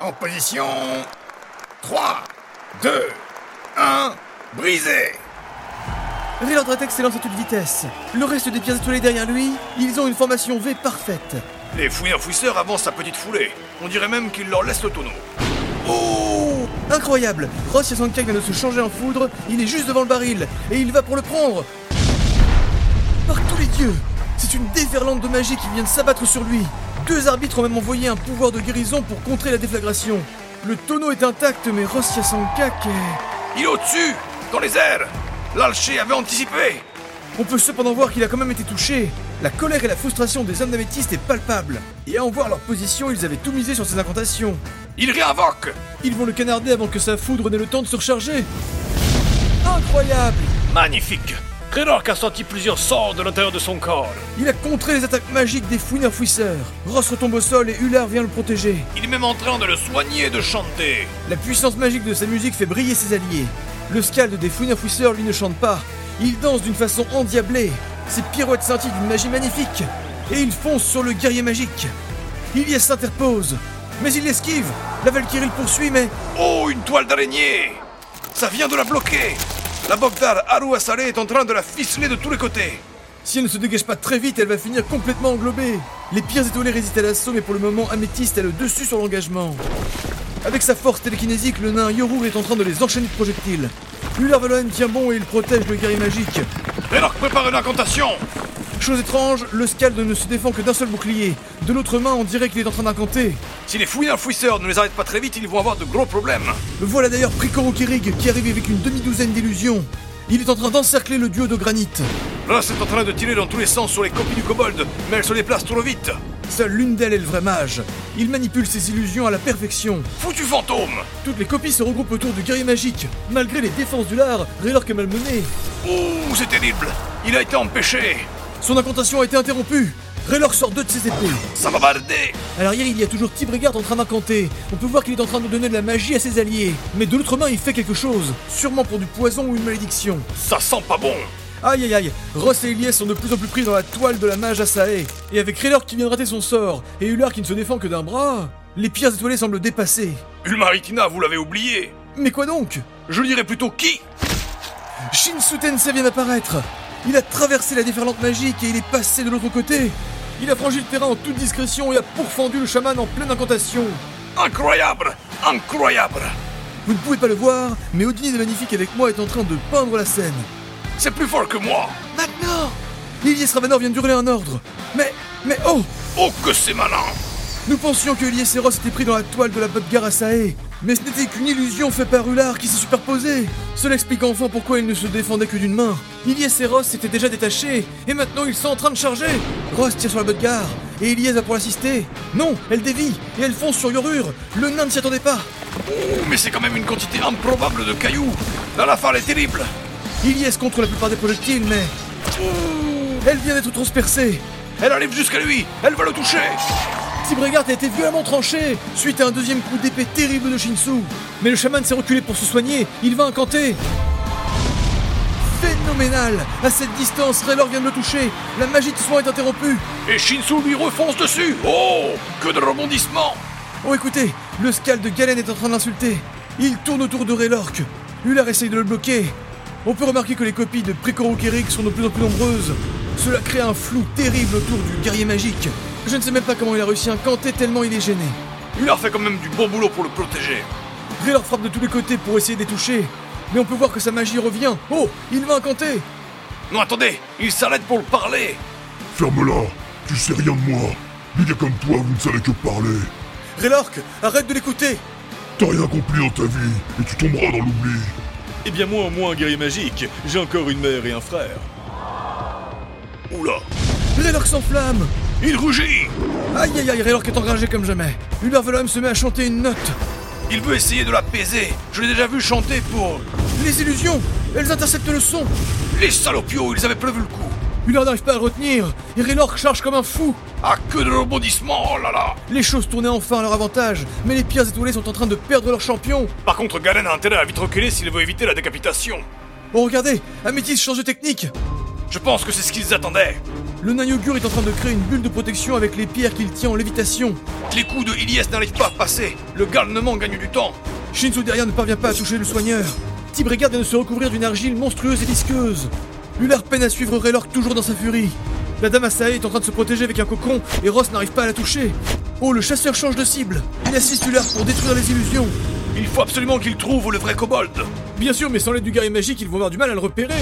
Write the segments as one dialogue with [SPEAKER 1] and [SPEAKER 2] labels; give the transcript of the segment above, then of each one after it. [SPEAKER 1] En position 3, 2, 1, brisé
[SPEAKER 2] Rélandret excellente à toute vitesse. Le reste des pièces étoilées derrière lui, ils ont une formation V parfaite.
[SPEAKER 3] Les fouineurs-fouisseurs avancent à petite foulée. On dirait même qu'il leur laisse le tonneau.
[SPEAKER 2] Oh Incroyable Ross 64 vient de se changer en foudre, il est juste devant le baril, et il va pour le prendre Par tous les dieux C'est une déferlante de magie qui vient de s'abattre sur lui Deux arbitres ont même envoyé un pouvoir de guérison pour contrer la déflagration. Le tonneau est intact, mais Ross 64 est...
[SPEAKER 3] Il est au-dessus, dans les airs L'alché avait anticipé
[SPEAKER 2] On peut cependant voir qu'il a quand même été touché. La colère et la frustration des hommes d'améthyste est palpable. Et à en voir leur position, ils avaient tout misé sur ces incantations.
[SPEAKER 3] Il réinvoque
[SPEAKER 2] Ils vont le canarder avant que sa foudre n'ait le temps de se recharger. Incroyable
[SPEAKER 4] Magnifique Greylock a sorti plusieurs sorts de l'intérieur de son corps.
[SPEAKER 2] Il a contré les attaques magiques des fouineurs fouisseurs. Ross retombe au sol et Hullard vient le protéger.
[SPEAKER 3] Il est même en train de le soigner et de chanter
[SPEAKER 2] La puissance magique de sa musique fait briller ses alliés. Le scald des fouineurs fouisseurs lui ne chante pas. Il danse d'une façon endiablée. Ses pirouettes scintillent d'une magie magnifique. Et il fonce sur le guerrier magique. Ilias s'interpose. Mais il l'esquive. La Valkyrie le poursuit, mais
[SPEAKER 3] Oh, une toile d'araignée Ça vient de la bloquer La Bogdar Haru Asare est en train de la ficeler de tous les côtés
[SPEAKER 2] Si elle ne se dégage pas très vite, elle va finir complètement englobée. Les pires étoilés résistent à l'assaut, mais pour le moment, Améthyste a le dessus sur l'engagement. Avec sa force télékinésique, le nain Yoru est en train de les enchaîner de projectiles. Ularveloen tient bon et il protège le guerrier magique.
[SPEAKER 3] Greylock prépare une incantation
[SPEAKER 2] Chose étrange, le Scald ne se défend que d'un seul bouclier. De l'autre main, on dirait qu'il est en train d'incanter.
[SPEAKER 3] Si les fouineurs-fouisseurs ne les arrêtent pas très vite, ils vont avoir de gros problèmes
[SPEAKER 2] Voilà d'ailleurs Prikoro Kirig qui arrive avec une demi-douzaine d'illusions. Il est en train d'encercler le duo de granit.
[SPEAKER 3] Ross est en train de tirer dans tous les sens sur les copies du kobold, mais elle se déplace trop vite
[SPEAKER 2] Seule l'une d'elles est le vrai mage. Il manipule ses illusions à la perfection.
[SPEAKER 3] Foutu fantôme
[SPEAKER 2] Toutes les copies se regroupent autour du guerrier magique. Malgré les défenses du lard, Raylork est malmené.
[SPEAKER 3] Ouh, Oh, c'est terrible Il a été empêché
[SPEAKER 2] Son incantation a été interrompue. Raylork sort deux de ses épées.
[SPEAKER 3] Ça va barder
[SPEAKER 2] À l'arrière, il y a toujours Tibregard en train d'incanter. On peut voir qu'il est en train de donner de la magie à ses alliés. Mais de l'autre main, il fait quelque chose. Sûrement pour du poison ou une malédiction.
[SPEAKER 3] Ça sent pas bon
[SPEAKER 2] Aïe aïe aïe, Ross et Elias sont de plus en plus pris dans la toile de la mage Asae. Et avec Raylor qui vient de rater son sort, et Ular qui ne se défend que d'un bras, les pires étoilés semblent dépassés.
[SPEAKER 3] Ulmaritina, vous l'avez oublié
[SPEAKER 2] Mais quoi donc
[SPEAKER 3] Je dirais plutôt qui
[SPEAKER 2] Shinsuten ça vient d'apparaître Il a traversé la déferlante magique et il est passé de l'autre côté Il a frangi le terrain en toute discrétion et a pourfendu le chaman en pleine incantation
[SPEAKER 3] Incroyable Incroyable
[SPEAKER 2] Vous ne pouvez pas le voir, mais Odin est magnifique avec moi est en train de peindre la scène.
[SPEAKER 3] C'est plus fort que moi
[SPEAKER 2] Maintenant Elias Ravanor vient d'hurler un ordre Mais, mais oh
[SPEAKER 3] Oh que c'est malin
[SPEAKER 2] Nous pensions que Elias et Ross étaient pris dans la toile de la Bodgar Asae, mais ce n'était qu'une illusion faite par Ular qui s'est superposée. Cela explique enfin pourquoi ils ne se défendaient que d'une main. Elias et Ross s'étaient déjà détachés, et maintenant ils sont en train de charger Ross tire sur la Bodgar, et Elias va pour l'assister. Non, elle dévie, et elle fonce sur Yorur Le nain ne s'y attendait pas
[SPEAKER 3] Ouh, Oh, mais c'est quand même une quantité improbable de cailloux La rafale est terrible
[SPEAKER 2] Elias contre la plupart des projectiles, mais... Elle vient d'être transpercée
[SPEAKER 3] Oh, Elle arrive jusqu'à lui Elle va le toucher
[SPEAKER 2] Tibregard a été violemment tranché suite à un deuxième coup d'épée terrible de Shinsu. Mais le chaman s'est reculé pour se soigner, il va incanter. Phénoménal À cette distance, Raylor vient de le toucher, la magie de soin est interrompue.
[SPEAKER 3] Et Shinsu lui refonce dessus Oh Que de rebondissements
[SPEAKER 2] Oh écoutez, le scal de Galen est en train d'insulter. Il tourne autour de Raylork. Ular essaye de le bloquer. On peut remarquer que les copies de Prekoro Kerik sont de plus en plus nombreuses. Cela crée un flou terrible autour du guerrier magique. Je ne sais même pas comment il a réussi à incanter tellement il est gêné.
[SPEAKER 3] Il leur fait quand même du bon boulot pour le protéger
[SPEAKER 2] Raylor frappe de tous les côtés pour essayer de les toucher, mais on peut voir que sa magie revient. Oh, il va incanter
[SPEAKER 3] Non attendez Il s'arrête pour le parler
[SPEAKER 5] Ferme-la Tu sais rien de moi Les gars comme toi, vous ne savez que parler
[SPEAKER 2] Raylork, arrête de l'écouter
[SPEAKER 5] T'as rien compris dans ta vie, et tu tomberas dans l'oubli
[SPEAKER 4] Eh bien moi au moins un guerrier magique, j'ai encore une mère et un frère.
[SPEAKER 3] Oula
[SPEAKER 2] Raylork s'enflamme
[SPEAKER 3] Il rugit
[SPEAKER 2] Aïe aïe aïe, Raylork est enragé comme jamais. Ularvelheim se met à chanter une note.
[SPEAKER 3] Il veut essayer de l'apaiser Je l'ai déjà vu chanter pour...
[SPEAKER 2] Les illusions Elles interceptent le son
[SPEAKER 3] Les salopios Ils avaient prévu le coup
[SPEAKER 2] Ular n'arrive pas à le retenir, et Raylork charge comme un fou
[SPEAKER 3] Ah que de rebondissements Oh là là
[SPEAKER 2] Les choses tournaient enfin à leur avantage, mais les pires étoilés sont en train de perdre leur champion
[SPEAKER 3] Par contre, Galen a intérêt à vite reculer s'il veut éviter la décapitation
[SPEAKER 2] Oh regardez, Améthyst change de technique
[SPEAKER 3] Je pense que c'est ce qu'ils attendaient
[SPEAKER 2] Le Nayogur est en train de créer une bulle de protection avec les pierres qu'il tient en lévitation.
[SPEAKER 3] Les coups de Ilias n'arrivent pas à passer. Le garnement gagne du temps.
[SPEAKER 2] Shinzo derrière ne parvient pas à toucher le soigneur. Tibrega vient de se recouvrir d'une argile monstrueuse et visqueuse. Lular peine à suivre Raylork toujours dans sa furie. La dame Asae est en train de se protéger avec un cocon et Ross n'arrive pas à la toucher. Oh, le chasseur change de cible. Il assiste Lular pour détruire les illusions.
[SPEAKER 3] Il faut absolument qu'il trouve le vrai kobold.
[SPEAKER 2] Bien sûr, mais sans l'aide du guerrier magique, ils vont avoir du mal à le repérer.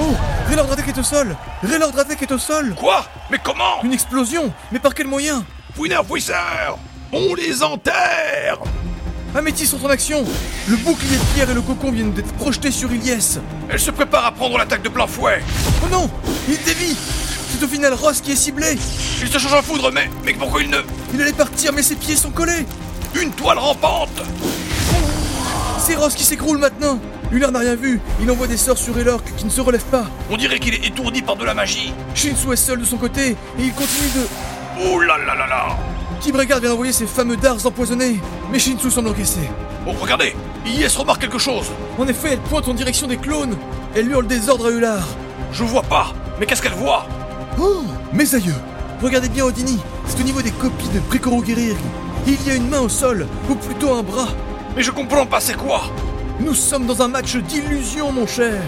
[SPEAKER 2] Oh, Raylord Dravek est au sol Raylord Dravek est au sol
[SPEAKER 3] Quoi Mais comment
[SPEAKER 2] Une explosion Mais par quel moyen
[SPEAKER 3] Fouineur, fouisseur On les enterre
[SPEAKER 2] Amétis sont en action Le bouclier de pierre et le cocon viennent d'être projetés sur Ilyes.
[SPEAKER 3] Elle se prépare à prendre l'attaque de plein fouet.
[SPEAKER 2] Oh non Il dévie C'est au final Ross qui est ciblé
[SPEAKER 3] Il se change en foudre, mais, mais pourquoi il ne...
[SPEAKER 2] Il allait partir, mais ses pieds sont collés
[SPEAKER 3] Une toile rampante
[SPEAKER 2] C'est Ross qui s'écroule maintenant Huller n'a rien vu, il envoie des sorts sur Elorc qui ne se relève pas.
[SPEAKER 3] On dirait qu'il est étourdi par de la magie.
[SPEAKER 2] Shinsu est seul de son côté et il continue de.
[SPEAKER 3] Oh là là là là
[SPEAKER 2] Tibrega vient d'envoyer ses fameux dards empoisonnés, mais Shinsu semble encaisser.
[SPEAKER 3] Oh, regardez Ilyes remarque quelque chose.
[SPEAKER 2] En effet, elle pointe en direction des clones. Elle hurle des ordres à Hullard.
[SPEAKER 3] Je vois pas. Mais qu'est-ce qu'elle voit
[SPEAKER 2] Oh Mes aïeux Regardez bien Odini, c'est au niveau des copies de Prekoro Guerrieri. Il y a une main au sol, ou plutôt un bras.
[SPEAKER 3] Mais je comprends pas, c'est quoi
[SPEAKER 2] Nous sommes dans un match d'illusion, mon cher.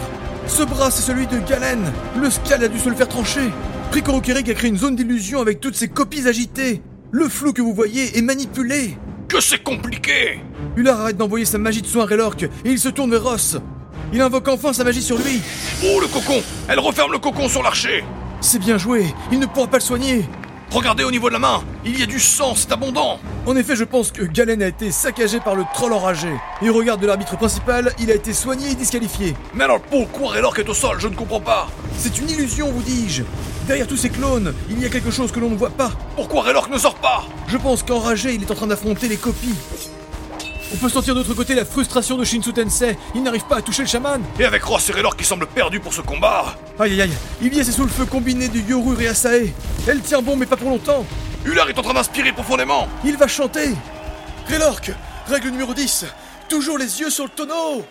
[SPEAKER 2] Ce bras, c'est celui de Galen. Le Scal a dû se le faire trancher. Prekoro Guerrieri a créé une zone d'illusion avec toutes ses copies agitées. Le flou que vous voyez est manipulé.
[SPEAKER 3] Que c'est compliqué
[SPEAKER 2] Hullard arrête d'envoyer sa magie de soin à Relorque et il se tourne vers Ross. Il invoque enfin sa magie sur lui.
[SPEAKER 3] Oh, le cocon Elle referme le cocon sur l'archer
[SPEAKER 2] C'est bien joué, il ne pourra pas le soigner.
[SPEAKER 3] Regardez au niveau de la main Il y a du sang, c'est abondant
[SPEAKER 2] En effet, je pense que Galen a été saccagé par le troll enragé. Et au regard de l'arbitre principal, il a été soigné et disqualifié.
[SPEAKER 3] Mais alors pourquoi Raylork est au sol Je ne comprends pas
[SPEAKER 2] C'est une illusion, vous dis-je. Derrière tous ces clones, il y a quelque chose que l'on ne voit pas.
[SPEAKER 3] Pourquoi Raylork ne sort pas
[SPEAKER 2] Je pense qu'enragé, il est en train d'affronter les copies. On peut sentir d'autre côté la frustration de Shinsu Tensei. Il n'arrive pas à toucher le chaman.
[SPEAKER 3] Et avec Ross et Raylork qui semblent perdus pour ce combat
[SPEAKER 2] Aïe aïe aïe, il y a sous le feu combiné du Yorur et Asae. Elle tient bon, mais pas pour longtemps.
[SPEAKER 3] Hullard est en train d'inspirer profondément
[SPEAKER 2] Il va chanter Grélorc Règle numéro 10 Toujours les yeux sur le tonneau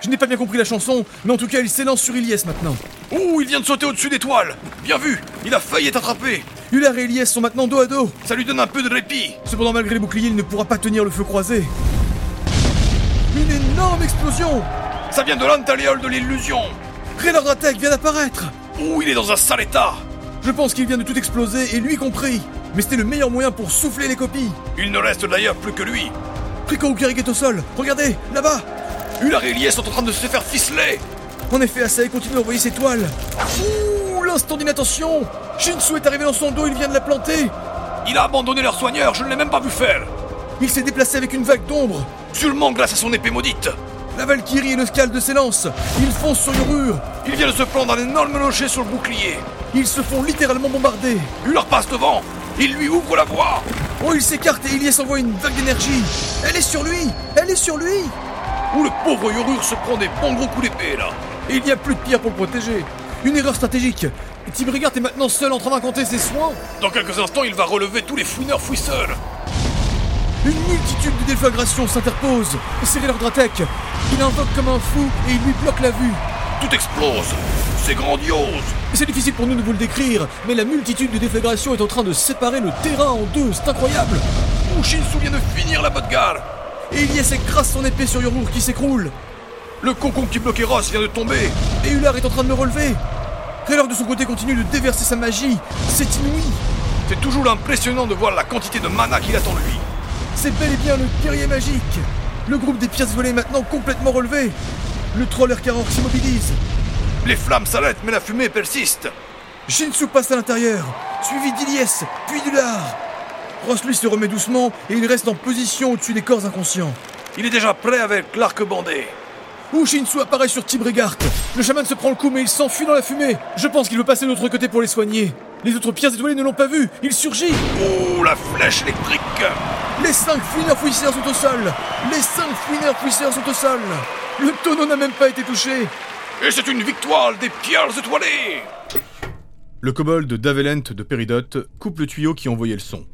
[SPEAKER 2] Je n'ai pas bien compris la chanson, mais en tout cas, il s'élance sur Ilyes maintenant.
[SPEAKER 3] Ouh, il vient de sauter au-dessus des toiles Bien vu Il a failli être attrapé
[SPEAKER 2] Hullard et Ilyes sont maintenant dos à dos.
[SPEAKER 3] Ça lui donne un peu de répit
[SPEAKER 2] Cependant, malgré les boucliers, il ne pourra pas tenir le feu croisé. Une énorme explosion
[SPEAKER 3] Ça vient de l'antaliole de l'illusion
[SPEAKER 2] Grélorc d'attaque vient d'apparaître
[SPEAKER 3] Ouh, il est dans un sale état
[SPEAKER 2] Je pense qu'il vient de tout exploser, et lui compris. Mais c'était le meilleur moyen pour souffler les copies.
[SPEAKER 3] Il ne reste d'ailleurs plus que lui
[SPEAKER 2] Rico Garrick est au sol. Regardez, là-bas
[SPEAKER 3] Hullard et Ilyes sont en train de se faire ficeler
[SPEAKER 2] En effet, Asae continue d'envoyer ses toiles. Ouh, l'instant d'inattention Shinsu est arrivé dans son dos, il vient de la planter
[SPEAKER 3] Il a abandonné leur soigneur, je ne l'ai même pas vu faire
[SPEAKER 2] Il s'est déplacé avec une vague d'ombre.
[SPEAKER 3] Sûrement grâce à son épée maudite
[SPEAKER 2] La Valkyrie et le Scald s'élancent. Ils foncent sur Yorur.
[SPEAKER 3] Il vient de se prendre un énorme lochet sur le bouclier
[SPEAKER 2] Ils se font littéralement bombarder.
[SPEAKER 3] Hullard passe devant Il lui ouvre la voie
[SPEAKER 2] Oh, il s'écarte et Ilyes envoie une vague d'énergie. Elle est sur lui Elle est sur lui
[SPEAKER 3] Ouh, le pauvre Yorur se prend des bons gros coups d'épée là
[SPEAKER 2] Et il n'y a plus de pierre pour le protéger. Une erreur stratégique. Tibrigard est maintenant seul en train d'inventer ses soins.
[SPEAKER 3] Dans quelques instants, il va relever tous les fouineurs fouisseurs.
[SPEAKER 2] Une multitude de déflagrations s'interpose. C'est leur Dratek. Il invoque comme un fou et il lui bloque la vue.
[SPEAKER 3] Tout explose. C'est grandiose.
[SPEAKER 2] C'est difficile pour nous de vous le décrire, mais la multitude de déflagrations est en train de séparer le terrain en deux, c'est incroyable
[SPEAKER 3] Shinsu vient de finir la gare.
[SPEAKER 2] Et Ilyes écrase son épée sur Yorur qui s'écroule,
[SPEAKER 3] Le cocon qui bloquait Ross vient de tomber.
[SPEAKER 2] et Ular est en train de le relever. Raylor de son côté continue de déverser sa magie, c'est inouï
[SPEAKER 3] C'est toujours impressionnant de voir la quantité de mana qu'il attend de lui.
[SPEAKER 2] C'est bel et bien le guerrier magique Le groupe des pièces volées est maintenant complètement relevé Le troller Caror s'immobilise,
[SPEAKER 3] Les flammes s'arrêtent, mais la fumée persiste.
[SPEAKER 2] Shinsu passe à l'intérieur, suivi d'Ilyes, puis d'Ular Ross lui se remet doucement et il reste en position au-dessus des corps inconscients.
[SPEAKER 3] Il est déjà prêt avec l'arc bandé.
[SPEAKER 2] Où Shinsu apparaît sur Tibrigart. Le chaman se prend le coup mais il s'enfuit dans la fumée. Je pense qu'il veut passer de l'autre côté pour les soigner. Les autres pierres étoilées ne l'ont pas vu. Il surgit.
[SPEAKER 3] Ouh, Oh, la flèche électrique.
[SPEAKER 2] Les cinq fouineurs fouisseurs sont au sol. Les cinq fouineurs fouisseurs sont au sol. Le tonneau n'a même pas été touché.
[SPEAKER 3] Et c'est une victoire des pierres étoilées.
[SPEAKER 6] Le kobold d'Avelent de Péridote coupe le tuyau qui envoyait le son.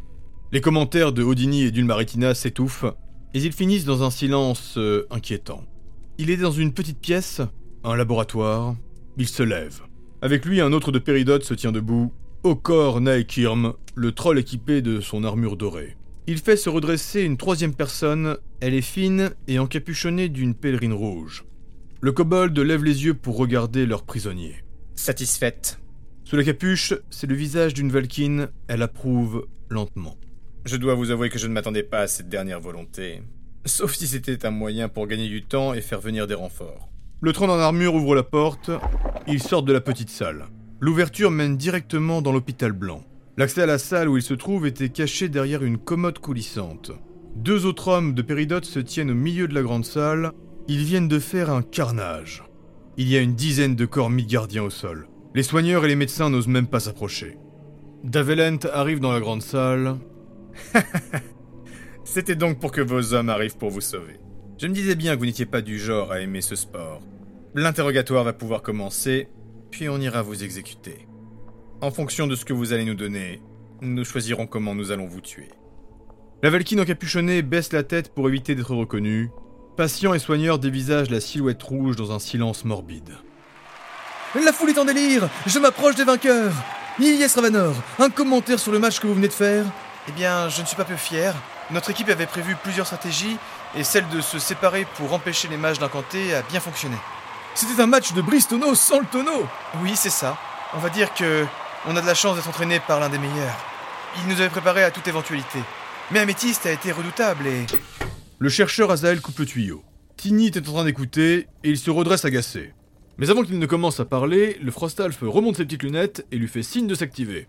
[SPEAKER 6] Les commentaires de Odini et d'Ulmaritina s'étouffent, et ils finissent dans un silence euh, inquiétant. Il est dans une petite pièce, un laboratoire, il se lève.
[SPEAKER 2] Avec lui, un autre de Péridote se tient debout, Okor Naekirm, le troll équipé de son armure dorée. Il fait se redresser une troisième personne, elle est fine et encapuchonnée d'une pèlerine rouge. Le kobold lève les yeux pour regarder leur prisonnier.
[SPEAKER 6] Satisfaite.
[SPEAKER 2] Sous la capuche, c'est le visage d'une Valkyne, elle approuve lentement.
[SPEAKER 6] Je dois vous avouer que je ne m'attendais pas à cette dernière volonté. Sauf si c'était un moyen pour gagner du temps et faire venir des renforts.
[SPEAKER 2] Le troll en armure ouvre la porte, ils sortent de la petite salle. L'ouverture mène directement dans l'hôpital blanc. L'accès à la salle où ils se trouvent était caché derrière une commode coulissante. Deux autres hommes de Péridote se tiennent au milieu de la grande salle, ils viennent de faire un carnage. Il y a une dizaine de corps mi-gardiens au sol. Les soigneurs et les médecins n'osent même pas s'approcher. Davelent arrive dans la grande salle,
[SPEAKER 6] C'était donc pour que vos hommes arrivent pour vous sauver. Je me disais bien que vous n'étiez pas du genre à aimer ce sport. L'interrogatoire va pouvoir commencer, puis on ira vous exécuter. En fonction de ce que vous allez nous donner, nous choisirons comment nous allons vous tuer.
[SPEAKER 2] La Valkyne encapuchonnée baisse la tête pour éviter d'être reconnue. Patients et soigneurs dévisagent la silhouette rouge dans un silence morbide.
[SPEAKER 7] La foule est en délire Je m'approche des vainqueurs Ilias Ravanor, un commentaire sur le match que vous venez de faire
[SPEAKER 8] Eh bien, je ne suis pas peu fier. Notre équipe avait prévu plusieurs stratégies, et celle de se séparer pour empêcher les mages d'incanter a bien fonctionné.
[SPEAKER 7] C'était un match de brise-tonneau sans le tonneau
[SPEAKER 8] Oui, c'est ça. On va dire que on a de la chance d'être entraîné par l'un des meilleurs. Il nous avait préparé à toute éventualité. Mais Améthyste a été redoutable et...
[SPEAKER 2] Le chercheur Azael coupe le tuyau. Tini était en train d'écouter et il se redresse agacé. Mais avant qu'il ne commence à parler, le Frostalf remonte ses petites lunettes et lui fait signe de s'activer.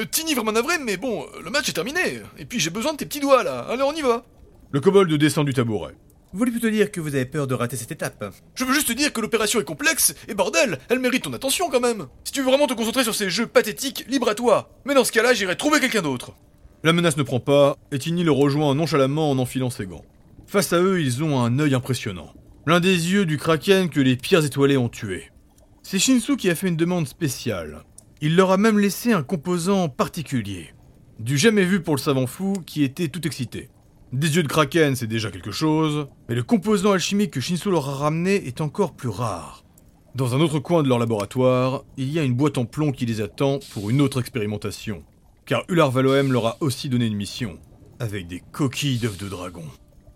[SPEAKER 9] Euh, Tini, vraiment navré, mais bon, euh, le match est terminé. Et puis j'ai besoin de tes petits doigts là. Allez, on y va.
[SPEAKER 2] Le kobold descend du tabouret.
[SPEAKER 6] Vous voulez plutôt dire que vous avez peur de rater cette étape
[SPEAKER 9] Je veux juste te dire que l'opération est complexe, et bordel, elle mérite ton attention quand même. Si tu veux vraiment te concentrer sur ces jeux pathétiques, libre à toi. Mais dans ce cas-là, j'irai trouver quelqu'un d'autre.
[SPEAKER 2] La menace ne prend pas et Tini le rejoint nonchalamment en enfilant ses gants. Face à eux, ils ont un œil impressionnant. L'un des yeux du kraken que les pierres étoilées ont tué. C'est Shinsu qui a fait une demande spéciale. Il leur a même laissé un composant particulier. Du jamais vu pour le savant fou qui était tout excité. Des yeux de kraken, c'est déjà quelque chose, mais le composant alchimique que Shinsu leur a ramené est encore plus rare. Dans un autre coin de leur laboratoire, il y a une boîte en plomb qui les attend pour une autre expérimentation. Car Ular Valoem leur a aussi donné une mission, avec des coquilles d'œufs de dragon.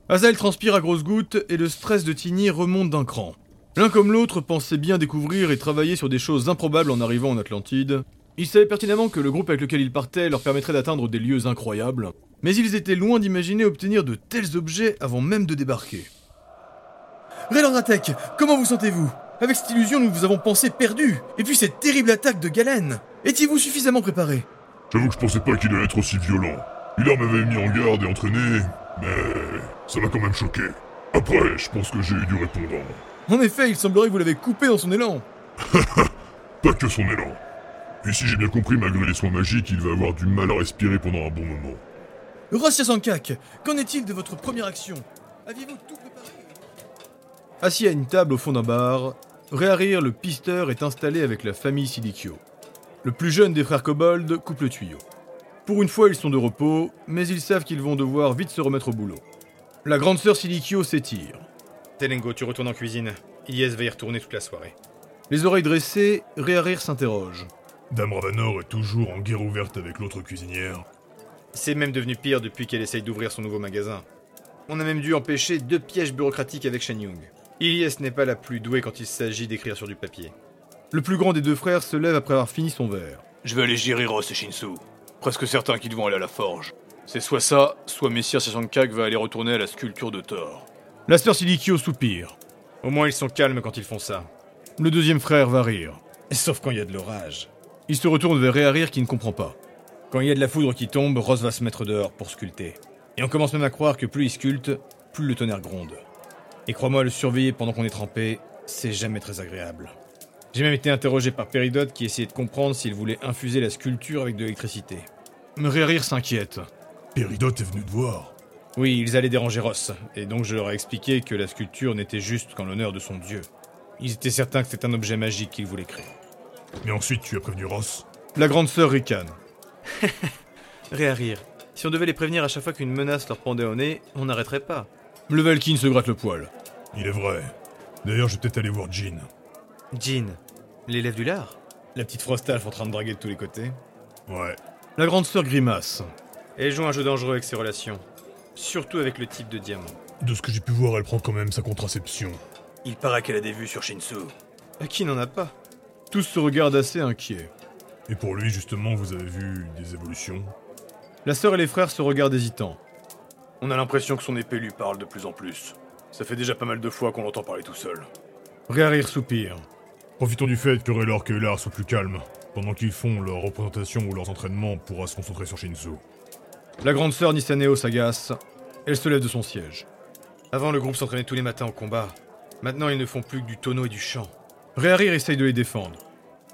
[SPEAKER 2] Azael transpire à grosses gouttes et le stress de Tini remonte d'un cran. L'un comme l'autre pensait bien découvrir et travailler sur des choses improbables en arrivant en Atlantide. Ils savaient pertinemment que le groupe avec lequel ils partaient leur permettrait d'atteindre des lieux incroyables, mais ils étaient loin d'imaginer obtenir de tels objets avant même de débarquer.
[SPEAKER 7] Ratek, comment vous sentez-vous Avec cette illusion, nous vous avons pensé perdu Et puis cette terrible attaque de Galen Étiez-vous suffisamment préparé
[SPEAKER 5] J'avoue que je pensais pas qu'il allait être aussi violent. Hilar m'avait mis en garde et entraîné, mais ça m'a quand même choqué. Après, je pense que j'ai eu du répondant.
[SPEAKER 7] En effet, il semblerait que vous l'avez coupé dans son élan
[SPEAKER 5] Pas que son élan. Et si j'ai bien compris, malgré les soins magiques, il va avoir du mal à respirer pendant un bon moment.
[SPEAKER 7] Ross Yasankak, qu'en est-il de votre première action Aviez-vous tout préparé
[SPEAKER 2] Assis à une table au fond d'un bar, Réharir le pisteur est installé avec la famille Sidikio. Le plus jeune des frères Kobold coupe le tuyau. Pour une fois, ils sont de repos, mais ils savent qu'ils vont devoir vite se remettre au boulot. La grande sœur Sidikio s'étire.
[SPEAKER 6] Telengo, tu retournes en cuisine. Ilias va y retourner toute la soirée.
[SPEAKER 2] Les oreilles dressées, Réharir s'interroge.
[SPEAKER 5] Dame Ravanor est toujours en guerre ouverte avec l'autre cuisinière.
[SPEAKER 6] C'est même devenu pire depuis qu'elle essaye d'ouvrir son nouveau magasin. On a même dû empêcher deux pièges bureaucratiques avec Shen Yung. Ilias n'est pas la plus douée quand il s'agit d'écrire sur du papier.
[SPEAKER 2] Le plus grand des deux frères se lève après avoir fini son verre.
[SPEAKER 10] Je vais aller gérer Ross et Shinsu. Presque certain qu'ils vont aller à la forge. C'est soit ça, soit Messire Sasankak va aller retourner à la sculpture de Thor.
[SPEAKER 2] La sœur Silikio soupire.
[SPEAKER 6] Au moins, ils sont calmes quand ils font ça.
[SPEAKER 2] Le deuxième frère va rire.
[SPEAKER 6] Sauf quand il y a de l'orage.
[SPEAKER 2] Il se retourne vers Réharir qui ne comprend pas.
[SPEAKER 6] Quand il y a de la foudre qui tombe, Ross va se mettre dehors pour sculpter. Et on commence même à croire que plus il sculpte, plus le tonnerre gronde. Et crois-moi, le surveiller pendant qu'on est trempé, c'est jamais très agréable. J'ai même été interrogé par Péridote qui essayait de comprendre s'il voulait infuser la sculpture avec de l'électricité.
[SPEAKER 2] Mais Réharir s'inquiète.
[SPEAKER 5] Péridote est venu te voir.
[SPEAKER 6] Oui, ils allaient déranger Ross, et donc je leur ai expliqué que la sculpture n'était juste qu'en l'honneur de son dieu. Ils étaient certains que c'était un objet magique qu'ils voulaient créer.
[SPEAKER 5] Mais ensuite, tu as prévenu Ross.
[SPEAKER 2] La grande sœur ricane.
[SPEAKER 8] Réarir. Si on devait les prévenir à chaque fois qu'une menace leur pendait au nez, on n'arrêterait pas.
[SPEAKER 2] Le Valkyne se gratte le poil.
[SPEAKER 5] Il est vrai. D'ailleurs, je vais peut-être aller voir Jean.
[SPEAKER 8] Jean, l'élève du lard
[SPEAKER 2] La petite Frostalf en train de draguer de tous les côtés.
[SPEAKER 11] Ouais. La grande sœur grimace.
[SPEAKER 2] Et joue un jeu dangereux avec ses relations. Surtout avec le type de diamant.
[SPEAKER 5] De ce que j'ai pu voir, elle prend quand même sa contraception.
[SPEAKER 12] Il paraît qu'elle a des vues sur Shinsu.
[SPEAKER 2] Euh, Qui n'en a pas
[SPEAKER 11] Tous se regardent assez inquiets.
[SPEAKER 5] Et pour lui, justement, vous avez vu des évolutions
[SPEAKER 11] La sœur et les frères se regardent hésitants.
[SPEAKER 12] On a l'impression que son épée lui parle de plus en plus. Ça fait déjà pas mal de fois qu'on l'entend parler tout seul.
[SPEAKER 11] Réarir soupire.
[SPEAKER 5] Profitons du fait que Raylor et Lar sont plus calmes, pendant qu'ils font leur représentation ou leurs entraînements, on pourra se concentrer sur Shinsu.
[SPEAKER 11] La grande sœur Nisaneo s'agace. Elle se lève de son siège.
[SPEAKER 2] Avant, le groupe s'entraînait tous les matins au combat. Maintenant, ils ne font plus que du tonneau et du chant.
[SPEAKER 11] Réarir essaye de les défendre.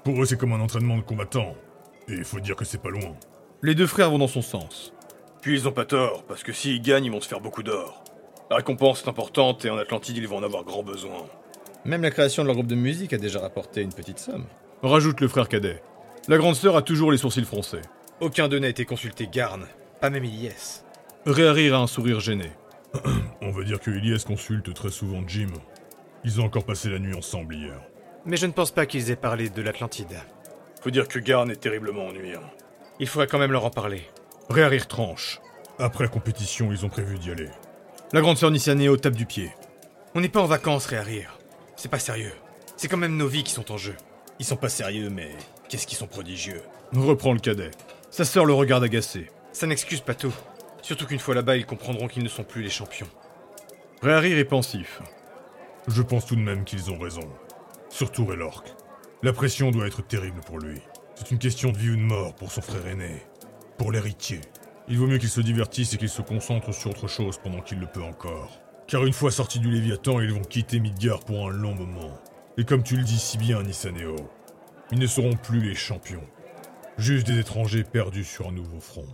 [SPEAKER 5] Pour eux, c'est comme un entraînement de combattant. Et il faut dire que c'est pas loin.
[SPEAKER 11] Les deux frères vont dans son sens.
[SPEAKER 12] Puis ils ont pas tort, parce que s'ils gagnent, ils vont se faire beaucoup d'or. La récompense est importante et en Atlantide, ils vont en avoir grand besoin.
[SPEAKER 2] Même la création de leur groupe de musique a déjà rapporté une petite somme.
[SPEAKER 11] Rajoute le frère cadet. La grande sœur a toujours les sourcils froncés.
[SPEAKER 2] Aucun d'eux n'a été consulté Garn, pas même Ilyes.
[SPEAKER 11] Réarir a un sourire gêné.
[SPEAKER 5] On va dire que Elias consulte très souvent Jim. Ils ont encore passé la nuit ensemble hier.
[SPEAKER 2] Mais je ne pense pas qu'ils aient parlé de l'Atlantide.
[SPEAKER 12] Faut dire que Garn est terriblement ennuyant.
[SPEAKER 2] Il faudrait quand même leur en parler.
[SPEAKER 11] Réarir tranche.
[SPEAKER 5] Après la compétition, ils ont prévu d'y aller.
[SPEAKER 11] La grande sœur Nisaneo tape du pied.
[SPEAKER 2] On n'est pas en vacances, Réarir. C'est pas sérieux. C'est quand même nos vies qui sont en jeu. Ils sont pas sérieux, mais qu'est-ce qu'ils sont prodigieux.
[SPEAKER 11] Reprend le cadet. Sa sœur le regarde agacée.
[SPEAKER 2] Ça n'excuse pas tout. Surtout qu'une fois là-bas, ils comprendront qu'ils ne sont plus les champions.
[SPEAKER 11] Réarir est pensif.
[SPEAKER 5] Je pense tout de même qu'ils ont raison. Surtout Raylork. La pression doit être terrible pour lui. C'est une question de vie ou de mort pour son frère aîné. Pour l'héritier. Il vaut mieux qu'il se divertisse et qu'il se concentre sur autre chose pendant qu'il le peut encore. Car une fois sortis du Léviathan, ils vont quitter Midgard pour un long moment. Et comme tu le dis si bien, Nissaneo, ils ne seront plus les champions. Juste des étrangers perdus sur un nouveau front.